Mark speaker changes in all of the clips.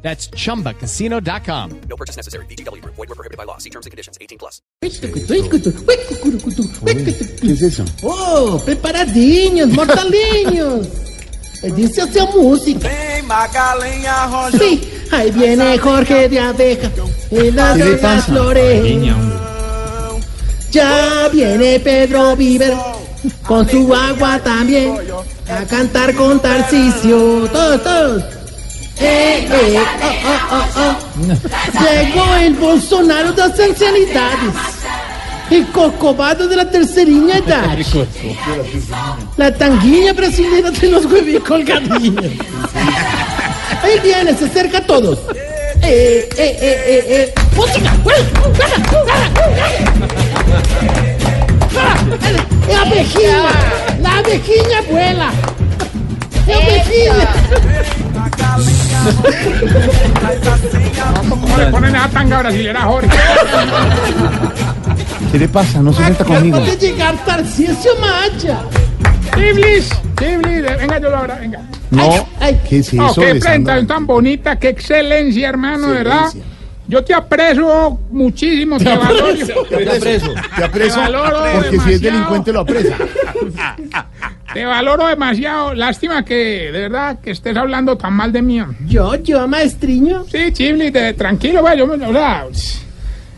Speaker 1: That's chumbacasino.com.
Speaker 2: No purchase necessary. BGW. Void were prohibited by law. See terms and conditions. 18 plus.
Speaker 3: ¿Qué es eso?
Speaker 4: Oh, preparadinhos, mortalinhos. Dice a música.
Speaker 5: Vem Magalinha arranja
Speaker 4: Sí, ahí viene Jorge de Abeja. Y las,
Speaker 3: ¿Qué le
Speaker 4: las
Speaker 3: pasa?
Speaker 4: flores. Ya viene Pedro Viver con su agua también. A cantar con Tarcisio. Todos, todos. Eh, eh, oh, oh, oh, oh. Llegó el Bolsonaro das ancianidades. El cocobado de la terceriña edad. La tanguilla brasileña de los huevos colgadillos. Ahí viene, se acerca a todos. Eh, eh, eh, eh, eh. ¡Música! ¡Güey! ¡Garra! ¡Garra! ¡Garra! ¡La abejilla! ¡La abejilla vuela! ¡La abejilla!
Speaker 6: Ponen a tanga brasilera, Jorge.
Speaker 3: ¿Qué le pasa? No se meta conmigo.
Speaker 4: Acaba de llegar Tarcisio Maya.
Speaker 6: Iblis, Iblis, venga, yo lo abra, venga.
Speaker 3: No.
Speaker 4: ay.
Speaker 3: ¿Qué es
Speaker 6: Oh,
Speaker 3: eso?
Speaker 6: qué
Speaker 3: besando?
Speaker 6: presentación tan bonita, qué excelencia, hermano, ¿verdad?
Speaker 3: Excelencia.
Speaker 6: Yo te aprecio muchísimo, te valoro.
Speaker 3: Te apreso. Te apreso.
Speaker 6: Te valoro
Speaker 3: Porque si es
Speaker 6: demasiado.
Speaker 3: delincuente lo apresa.
Speaker 6: Te valoro demasiado. Lástima que, de verdad, que estés hablando tan mal de mí.
Speaker 4: Yo, yo, maestriño.
Speaker 6: Sí, Chiblis, de- tranquilo, va, yo me... O sea,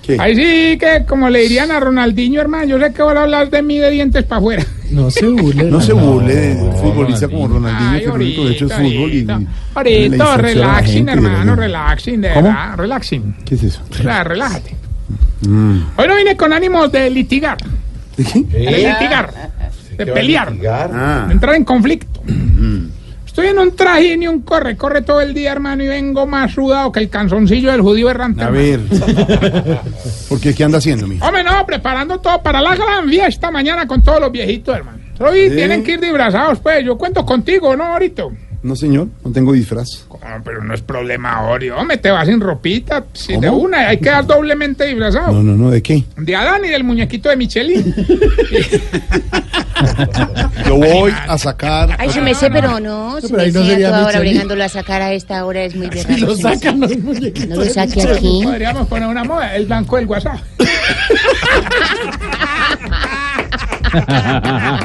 Speaker 3: ¿Qué?
Speaker 6: ahí sí que, como le dirían a Ronaldinho, hermano, yo sé que vos hablas de mí de dientes para afuera.
Speaker 4: No se burle.
Speaker 3: No se burle de un futbolista como Ronaldinho,
Speaker 6: Ay,
Speaker 3: que lo único que ha hecho es fútbol y.
Speaker 6: ahorita,
Speaker 3: y le
Speaker 6: ahorita,
Speaker 3: instrucciona a la
Speaker 6: relaxing,
Speaker 3: gente y de la
Speaker 6: hermano,
Speaker 3: gente.
Speaker 6: relaxing, de
Speaker 3: ¿Cómo?
Speaker 6: verdad, relaxing.
Speaker 3: ¿Qué es eso?
Speaker 6: O sea, relájate. Hoy no vine con ánimos de litigar,
Speaker 3: ¿De qué?
Speaker 6: de litigar, de pelear, de
Speaker 3: Ah,
Speaker 6: entrar en conflicto.
Speaker 3: Mm.
Speaker 6: Estoy en un traje y un corre, corre todo el día, hermano, y vengo más sudado que el canzoncillo del judío errante.
Speaker 3: a
Speaker 6: hermano.
Speaker 3: ver. Porque qué anda haciendo, mijo?
Speaker 6: Hombre, no, preparando todo para la gran fiesta mañana con todos los viejitos, hermano. Hoy tienen que ir disfrazados, pues. Yo cuento contigo, ¿no, ahorita?
Speaker 3: No, señor, no tengo disfraz.
Speaker 6: Ah, pero no es problema ahora. Hombre, te vas sin ropita, si de
Speaker 3: ¿Cómo?
Speaker 6: una, hay que dar doblemente disfrazado.
Speaker 3: No, no, no, ¿de qué?
Speaker 6: De Adán y del muñequito de Michelin.
Speaker 3: Yo voy a sacar.
Speaker 7: Ay, se me sé, pero no. Se
Speaker 4: pero
Speaker 7: me
Speaker 4: ahí Ah. no
Speaker 7: sé
Speaker 4: sería
Speaker 7: a toda hora
Speaker 4: Michelin.
Speaker 7: bregándolo a sacar a esta hora es muy de raro.
Speaker 4: Lo
Speaker 7: se me
Speaker 4: sacan los
Speaker 7: hace.
Speaker 4: muñequitos.
Speaker 7: No lo saque
Speaker 4: de
Speaker 7: aquí.
Speaker 6: Podríamos poner una moda, el banco del WhatsApp.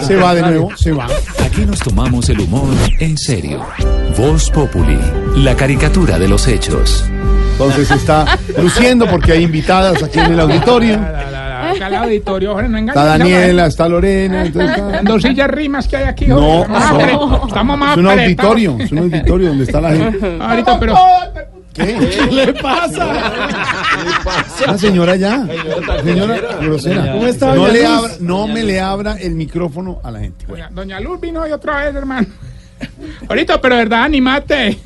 Speaker 3: Se va de nuevo, se va.
Speaker 8: Aquí nos tomamos el humor en serio. Voz Populi, la caricatura de los hechos.
Speaker 3: Entonces está luciendo porque hay invitadas aquí en el auditorio.
Speaker 6: La, la, la, acá al auditorio, Jorge, no engañes.
Speaker 3: Está Daniela, está Lorena. entonces está-
Speaker 6: Dos sillas rimas que hay aquí,
Speaker 3: No,
Speaker 6: Jorge. Estamos
Speaker 3: son-
Speaker 6: apre- Estamos más
Speaker 3: Es un
Speaker 6: apretados.
Speaker 3: auditorio, es un auditorio donde está la gente.
Speaker 6: Ahorita, pero.
Speaker 3: ¿Qué?
Speaker 4: ¿Qué pasa?
Speaker 3: La señora ya. Señora grosera.
Speaker 4: ¿Cómo está,
Speaker 3: No,
Speaker 4: doña
Speaker 3: le
Speaker 4: Luz?
Speaker 3: abra, no me le abra el micrófono a la gente. Bueno,
Speaker 6: Doña- Doña Luz vino hoy otra vez, hermano. Ahorita, pero de verdad, animate.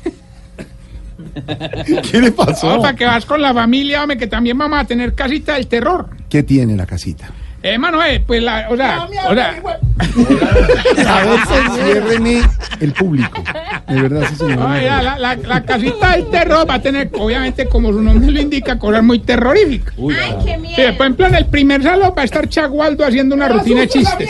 Speaker 3: ¿Qué le pasó?
Speaker 6: Opa, que vas con la familia, hombre, que también vamos a tener casita del terror.
Speaker 3: ¿Qué tiene la casita?
Speaker 6: Eh, Manuel, pues la. O sea, o sea,
Speaker 3: A veces ciérreme el público. De verdad, sí,
Speaker 6: Ay, la,
Speaker 3: señora.
Speaker 6: la- la- la casita del terror va a tener, obviamente, como su nombre lo indica, cosas muy terroríficas. Sí, por ejemplo, en el primer salón va a estar Chagualdo haciendo una rutina de chistes.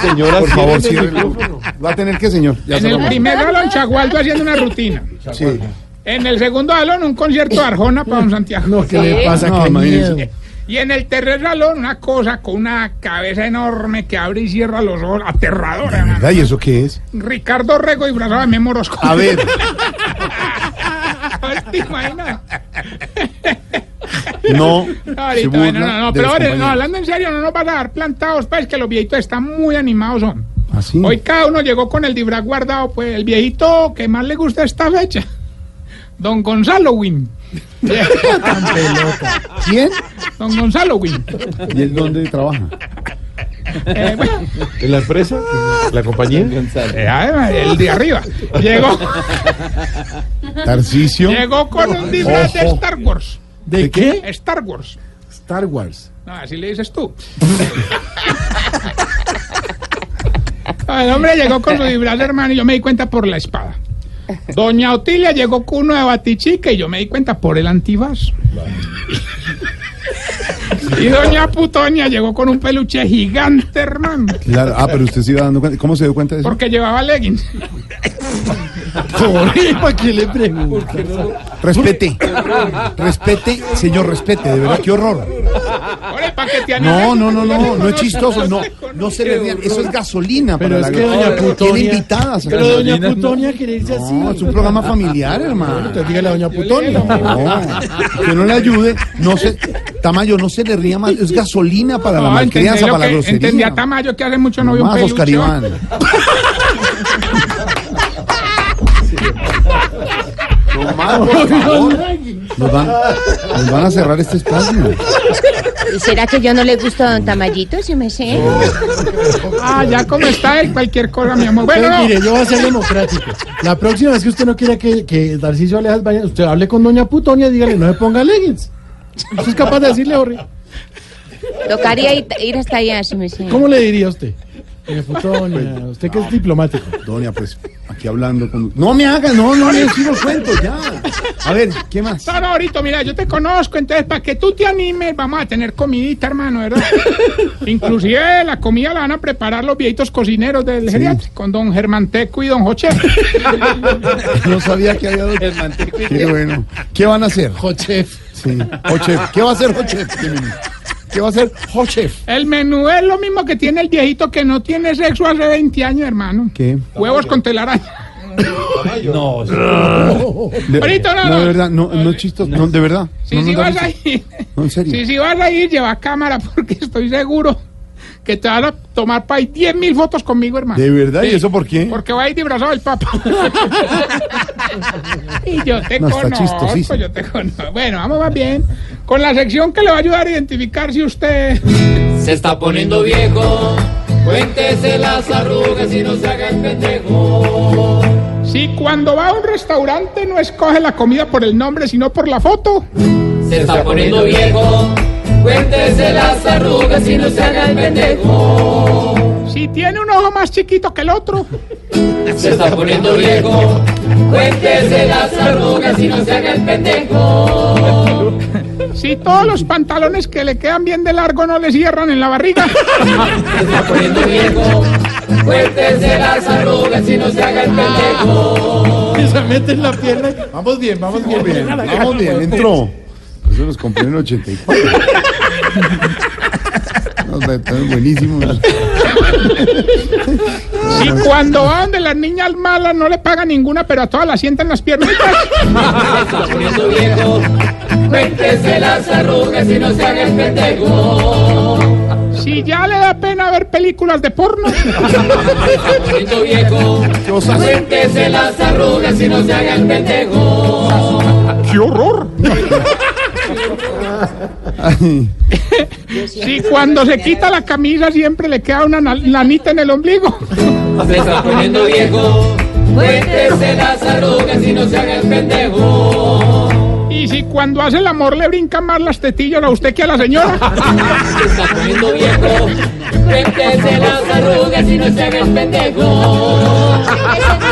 Speaker 3: Señora, por favor, cierre el micrófono. Va a tener que, señor. Ya
Speaker 6: En
Speaker 3: se lo
Speaker 6: el
Speaker 3: voy.
Speaker 6: primer salón, Chagualdo haciendo una rutina.
Speaker 3: Sí.
Speaker 6: En el segundo salón, un concierto de Arjona para don Santiago.
Speaker 4: ¿Qué le pasa?
Speaker 3: No,
Speaker 4: Qué
Speaker 3: imagínese.
Speaker 4: miedo.
Speaker 6: Y en el tercer salón, una cosa con una cabeza enorme que abre y cierra los ojos, aterradora, hermano.
Speaker 3: ¿Verdad? ¿Y eso qué es?
Speaker 6: Ricardo Rego y Brazada de Memo Orozco.
Speaker 3: A ver,
Speaker 6: ¿Te imaginas?
Speaker 3: no. se
Speaker 6: Ahorita,
Speaker 3: burla
Speaker 6: bueno, no, no,
Speaker 3: de
Speaker 6: pero
Speaker 3: los
Speaker 6: ahora, no,
Speaker 3: compañeros.
Speaker 6: hablando en serio, no nos van a dar plantados, pues que los viejitos están muy animados. Son.
Speaker 3: ¿Ah, sí?
Speaker 6: Hoy cada uno llegó con el disfraz guardado, pues el viejito que más le gusta esta fecha, don Gonzalo Win.
Speaker 3: ¿Quién?
Speaker 6: Don Gonzalo Win.
Speaker 3: ¿Y él dónde trabaja?
Speaker 6: Eh, bueno,
Speaker 9: ¿En la empresa? ¿La compañía?
Speaker 6: eh, además, el de arriba. Llegó,
Speaker 3: Tarcicio.
Speaker 6: llegó con un disfraz de
Speaker 3: Ojo.
Speaker 6: Star Wars.
Speaker 3: ¿De qué?
Speaker 6: Star Wars.
Speaker 3: Star Wars.
Speaker 6: No, Ah, así le dices tú. Ah, El hombre llegó con su disfraz, hermano, y yo me di cuenta por la espada. Doña Otilia llegó con uno de batichica y yo me di cuenta por el antivas. Y doña Putonia llegó con un peluche gigante, hermano,
Speaker 3: Claro. Ah, pero usted se iba dando cuenta. ¿Cómo se dio cuenta de eso?
Speaker 6: porque llevaba leggings.
Speaker 3: ¿Para qué le pregunta? Respete. Respete, señor, respete. De verdad, qué horror.
Speaker 6: Ore, pa' que te
Speaker 3: No,
Speaker 6: animes.
Speaker 3: no, no, no. No es chistoso. No, no se le rían. Eso es gasolina para la Tiene invitadas. a gasolina.
Speaker 4: Putonia quiere irse así.
Speaker 3: No, es un programa familiar, hermano. Te diga la doña
Speaker 6: Putonia.
Speaker 3: No, que no le ayude. No se, Tamayo, no se le ría más. Es gasolina para la
Speaker 6: No, Ah, entendí
Speaker 3: malcrianza,
Speaker 6: lo
Speaker 3: para la
Speaker 6: que- Entendí
Speaker 3: grosería.
Speaker 6: a Tamayo que hace mucho no vio un
Speaker 3: Más
Speaker 6: peluche.
Speaker 3: Oscar Iván. Tomás, por favor. Nos van, nos van a cerrar este espacio.
Speaker 7: ¿Será que yo no le gusto a Don Tamayito? Si me sé.
Speaker 6: Ah, ya como está él, cualquier cosa, mi amor. Bueno,
Speaker 4: Pero
Speaker 6: no.
Speaker 4: mire, yo voy a ser democrático. La próxima vez que usted no quiera que, que Darciso Alejas vaya, usted hable con doña Putonia y dígale, no se ponga leggings. ¿Usted es capaz de decirle, Jorge?
Speaker 7: Tocaría ir, ir hasta allá, si me sé.
Speaker 4: ¿Cómo le diría a usted? Doña Putonia, usted que es diplomático.
Speaker 3: Doña, pues, aquí hablando con. No me hagas, no, no le sigo cuento, ya. A ver, ¿qué más?
Speaker 6: No, no, ahorita, mira, yo te conozco, entonces para que tú te animes, vamos a tener comidita, hermano, ¿verdad? Inclusive la comida la van a preparar los viejitos cocineros del geriátrico, con don Germán Teco y don Joche.
Speaker 3: No sabía que había dos. Qué bueno. ¿Qué van a hacer?
Speaker 4: Jochef.
Speaker 3: Sí. Jochef. ¿Qué va a hacer Jochef? Qué menú. ¿Qué va a hacer Jochef?
Speaker 6: El menú es lo mismo que tiene el viejito que no tiene sexo hace 20 años, hermano.
Speaker 3: ¿Qué?
Speaker 6: Huevos con telaraña.
Speaker 3: De-
Speaker 6: Ahorita no,
Speaker 3: de
Speaker 6: no.
Speaker 3: verdad, no, no es chistoso, no, de verdad.
Speaker 6: Si
Speaker 3: no,
Speaker 6: sí,
Speaker 3: no, da
Speaker 6: vas
Speaker 3: risa.
Speaker 6: a ir,
Speaker 3: No, en serio.
Speaker 6: si sí, vas a ir, lleva cámara porque estoy seguro que te van a tomar para ahí 10 mil fotos conmigo, hermano.
Speaker 3: De verdad, ¿y eso por qué?
Speaker 6: Porque va a ir disfrazado el Papa. y yo te
Speaker 3: No, está
Speaker 6: conozco,
Speaker 3: chistosísimo.
Speaker 6: yo te conozco. Bueno, vamos más bien con la sección que le va a ayudar a identificar si usted...
Speaker 10: Se está poniendo viejo, cuéntese las arrugas y no se haga el pendejo.
Speaker 6: Si cuando va a un restaurante no escoge la comida por el nombre, sino por la foto.
Speaker 10: Se está poniendo viejo, cuéntese las arrugas y no se haga el pendejo.
Speaker 6: Si tiene un ojo más chiquito que el otro.
Speaker 10: Se está poniendo viejo, cuéntese las arrugas y no se haga el pendejo.
Speaker 6: Si todos los pantalones que le quedan bien de largo no le cierran en la barriga.
Speaker 10: Se está poniendo viejo, cuéntese las arrugas y no se haga el pendejo.
Speaker 4: Y se mete en la pierna. Vamos bien, vamos bien.
Speaker 3: Muy bien, vamos bien, entró. Eso los compré en 84. No, está- está buenísimo.
Speaker 6: Si cuando va donde las niñas malas no le paga ninguna, pero a todas las sientan las piernitas.
Speaker 10: Se está poniendo viejo, cuéntese las arrugas y no se haga el pendejo.
Speaker 6: Si ya le da pena ver películas de porno.
Speaker 10: Poniendo viejo, cuéntese las arrugas y no se haga el pendejo.
Speaker 6: ¡Qué horror! Si cuando se quita la camisa siempre le queda una na- lanita en el ombligo.
Speaker 10: Se está poniendo viejo, cuéntese las arrugas y no se haga el pendejo.
Speaker 6: Y si cuando hace el amor le brincan más las tetillas a usted que a la señora.
Speaker 10: Se está poniendo viejo, cuéntese las arrugas y no se haga el pendejo.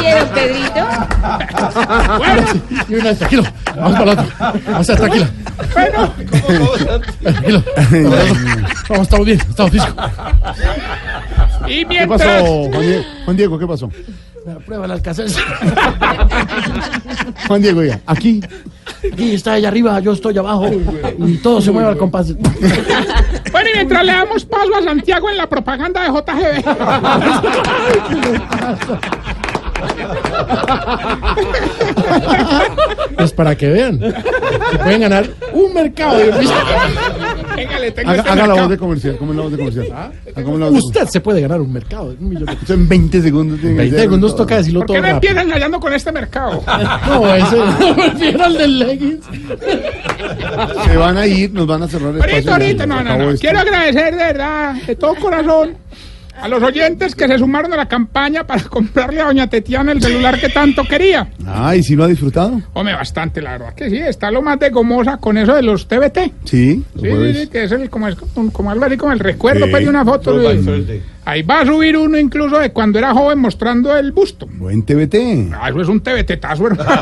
Speaker 7: ¿Qué se ríe, don Pedrito?
Speaker 4: Y una, tranquilo. Vamos para la otra. Vamos, tranquila.
Speaker 6: Bueno,
Speaker 4: Tranquilo. Vamos, estamos bien, estamos fisco.
Speaker 6: y
Speaker 3: ¿Qué
Speaker 6: mientras,
Speaker 3: pasó, Juan Die- Juan Diego? ¿Qué pasó?
Speaker 4: Prueba el alcance.
Speaker 3: Juan Diego, diga, aquí.
Speaker 4: Aquí está ella arriba, yo estoy abajo. Y todo se mueve al compás.
Speaker 6: bueno, y mientras le damos paso a Santiago en la propaganda de JGB.
Speaker 4: Pues para que vean. Se pueden ganar un mercado de
Speaker 6: Venga, le tengo
Speaker 3: Haga,
Speaker 6: este
Speaker 3: haga la voz
Speaker 6: mercado.
Speaker 3: de comercial. ¿Cómo es la voz de comercial?
Speaker 6: Ah,
Speaker 3: Hagamos la voz de
Speaker 4: Usted se puede ganar un mercado de un millón de pesos.
Speaker 3: comercial. En 20 segundos. tiene que
Speaker 4: 20
Speaker 3: hacer
Speaker 4: segundos
Speaker 3: todo. Pues
Speaker 4: toca decirlo
Speaker 6: ¿Por
Speaker 4: todo
Speaker 6: qué no
Speaker 4: rápido.
Speaker 6: empiezan hallando con este mercado?
Speaker 4: No, ese no prefiero al del leggings.
Speaker 3: Se van a ir, nos van a cerrar el espacio.
Speaker 6: Ahorita, ahorita, no, no,
Speaker 3: Acabó
Speaker 6: no.
Speaker 3: esto.
Speaker 6: Quiero agradecer de verdad, de todo corazón, A los oyentes que se sumaron a la campaña para comprarle a doña Tetiana el celular que tanto quería.
Speaker 3: Ah, ¿y si lo ha disfrutado?
Speaker 6: Hombre, bastante, la verdad que sí. Está lo más de gomosa con eso de los TBT.
Speaker 3: Sí. los
Speaker 6: Sí, sí,
Speaker 3: jueves.
Speaker 6: sí, que es el, como, es, como, como algo así como el recuerdo, pues, de una foto. de- ahí va a subir uno incluso de cuando era joven mostrando el busto.
Speaker 3: Buen TBT.
Speaker 6: Ah, eso es un tebetetazo, hermano.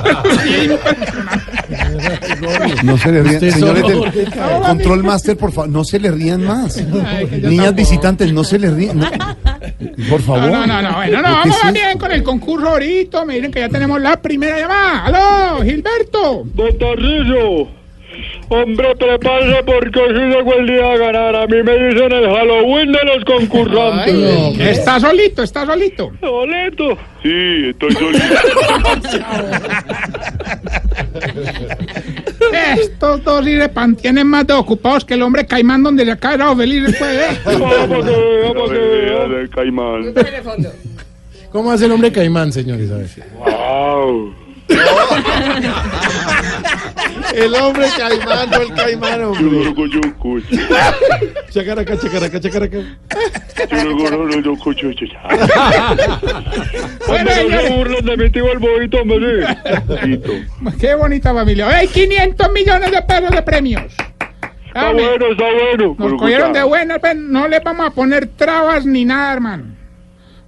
Speaker 6: Sí, pues, impresionante.
Speaker 3: No se le rían.
Speaker 11: Usted
Speaker 3: Señores
Speaker 11: solo.
Speaker 3: del- Control Master, por favor, no se le rían más. Niñas visitantes, no se le rían. no. Por favor.
Speaker 6: No, no, no, bueno, no,
Speaker 3: ¿Qué
Speaker 6: vamos
Speaker 3: es
Speaker 6: a
Speaker 3: esto?
Speaker 6: bien con el concurso ahorita. Miren que ya tenemos la primera llamada. ¡Aló, Gilberto!
Speaker 12: Botarrillo. Hombre, prepárese porque hoy llegó el día a ganar. A mí me dicen el Halloween de los concursantes.
Speaker 6: Está solito, está solito.
Speaker 12: Solito. Sí, estoy solito.
Speaker 6: Estos dos y tienen más de ocupados que el hombre caimán donde se acaba de feliz después.
Speaker 12: Vamos que vea, para que vea. del caimán.
Speaker 11: ¿Cómo hace el hombre caimán, señores? A ver.
Speaker 12: Wow.
Speaker 11: El hombre caimán, no el caimán, hombre.
Speaker 12: Yurugu, yucu.
Speaker 11: Chacaraca, chacaraca, chacaraca.
Speaker 12: Yurugu, yurugu, yucu, yucu, ya. Hombre, no se burlen de mi tío el bobito, hombre. Bobito.
Speaker 6: Qué bonita familia. ¡Ey, 500 millones de pesos de premios!
Speaker 12: Está bueno, está bueno.
Speaker 6: Nos cogieron de buena, pues, no les vamos a poner trabas ni nada, hermano.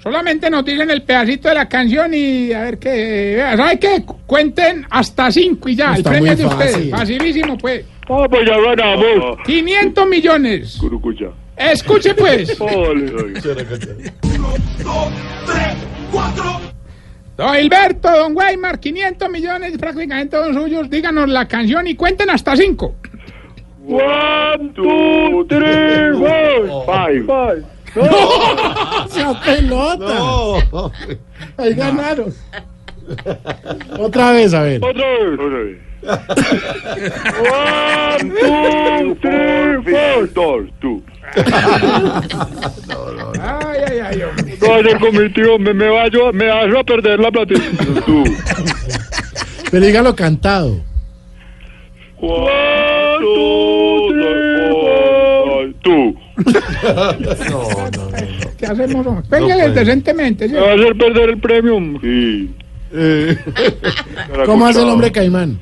Speaker 6: Solamente nos dicen el pedacito de la canción y a ver qué. vea, ¿Sabe qué? Cu- Cuenten hasta 5 y ya.
Speaker 11: Está
Speaker 6: el premio
Speaker 11: muy
Speaker 6: es de ustedes.
Speaker 11: fácil.
Speaker 6: Facilísimo, pues.
Speaker 12: Ah, pues ya ganamos.
Speaker 6: 500 millones.
Speaker 12: Yurugu, ya.
Speaker 6: Escuche, pues.
Speaker 12: Ole.
Speaker 6: Don Gilberto, don Weimar, 500 millones prácticamente son suyos. Díganos la canción y cuenten hasta 5.
Speaker 12: One, two, three, four, five.
Speaker 11: ¡Esa pelota! Ahí ganaron. Otra vez, a ver.
Speaker 12: Otra vez. Otra vez. One, two, three, four, dos, two.
Speaker 6: Ay, ay, ay, hombre.
Speaker 12: No va a ser con mi tío, me, me, va yo, me vas a perder la platita. Tú.
Speaker 11: Pero dígalo cantado.
Speaker 12: One, two, three, four, two.
Speaker 6: ¿Qué hacemos? hombre? Pégale decentemente. ¿sí?
Speaker 12: Me va a hacer perder el premio. Sí.
Speaker 11: ¿Cómo hace el hombre caimán?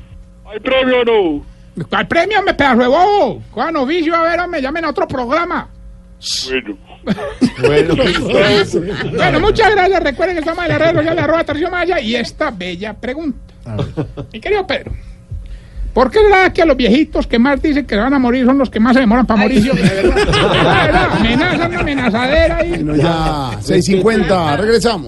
Speaker 12: ¿Hay premio o no?
Speaker 6: ¿Cuál premio me pedazo de bobo? Coja novicio, a ver, me llamen a otro programa.
Speaker 12: Bueno.
Speaker 6: Bueno, muchas gracias. Recuerden que estamos en la red social de arroba Tarcisio Maya y esta bella pregunta. Mi querido Pedro, ¿por qué será que a los viejitos que más dicen que se van a morir son los que más se demoran para morir? De verdad, de verdad, amenazan, amenazadera y...
Speaker 3: Bueno, ya, 6.50, regresamos.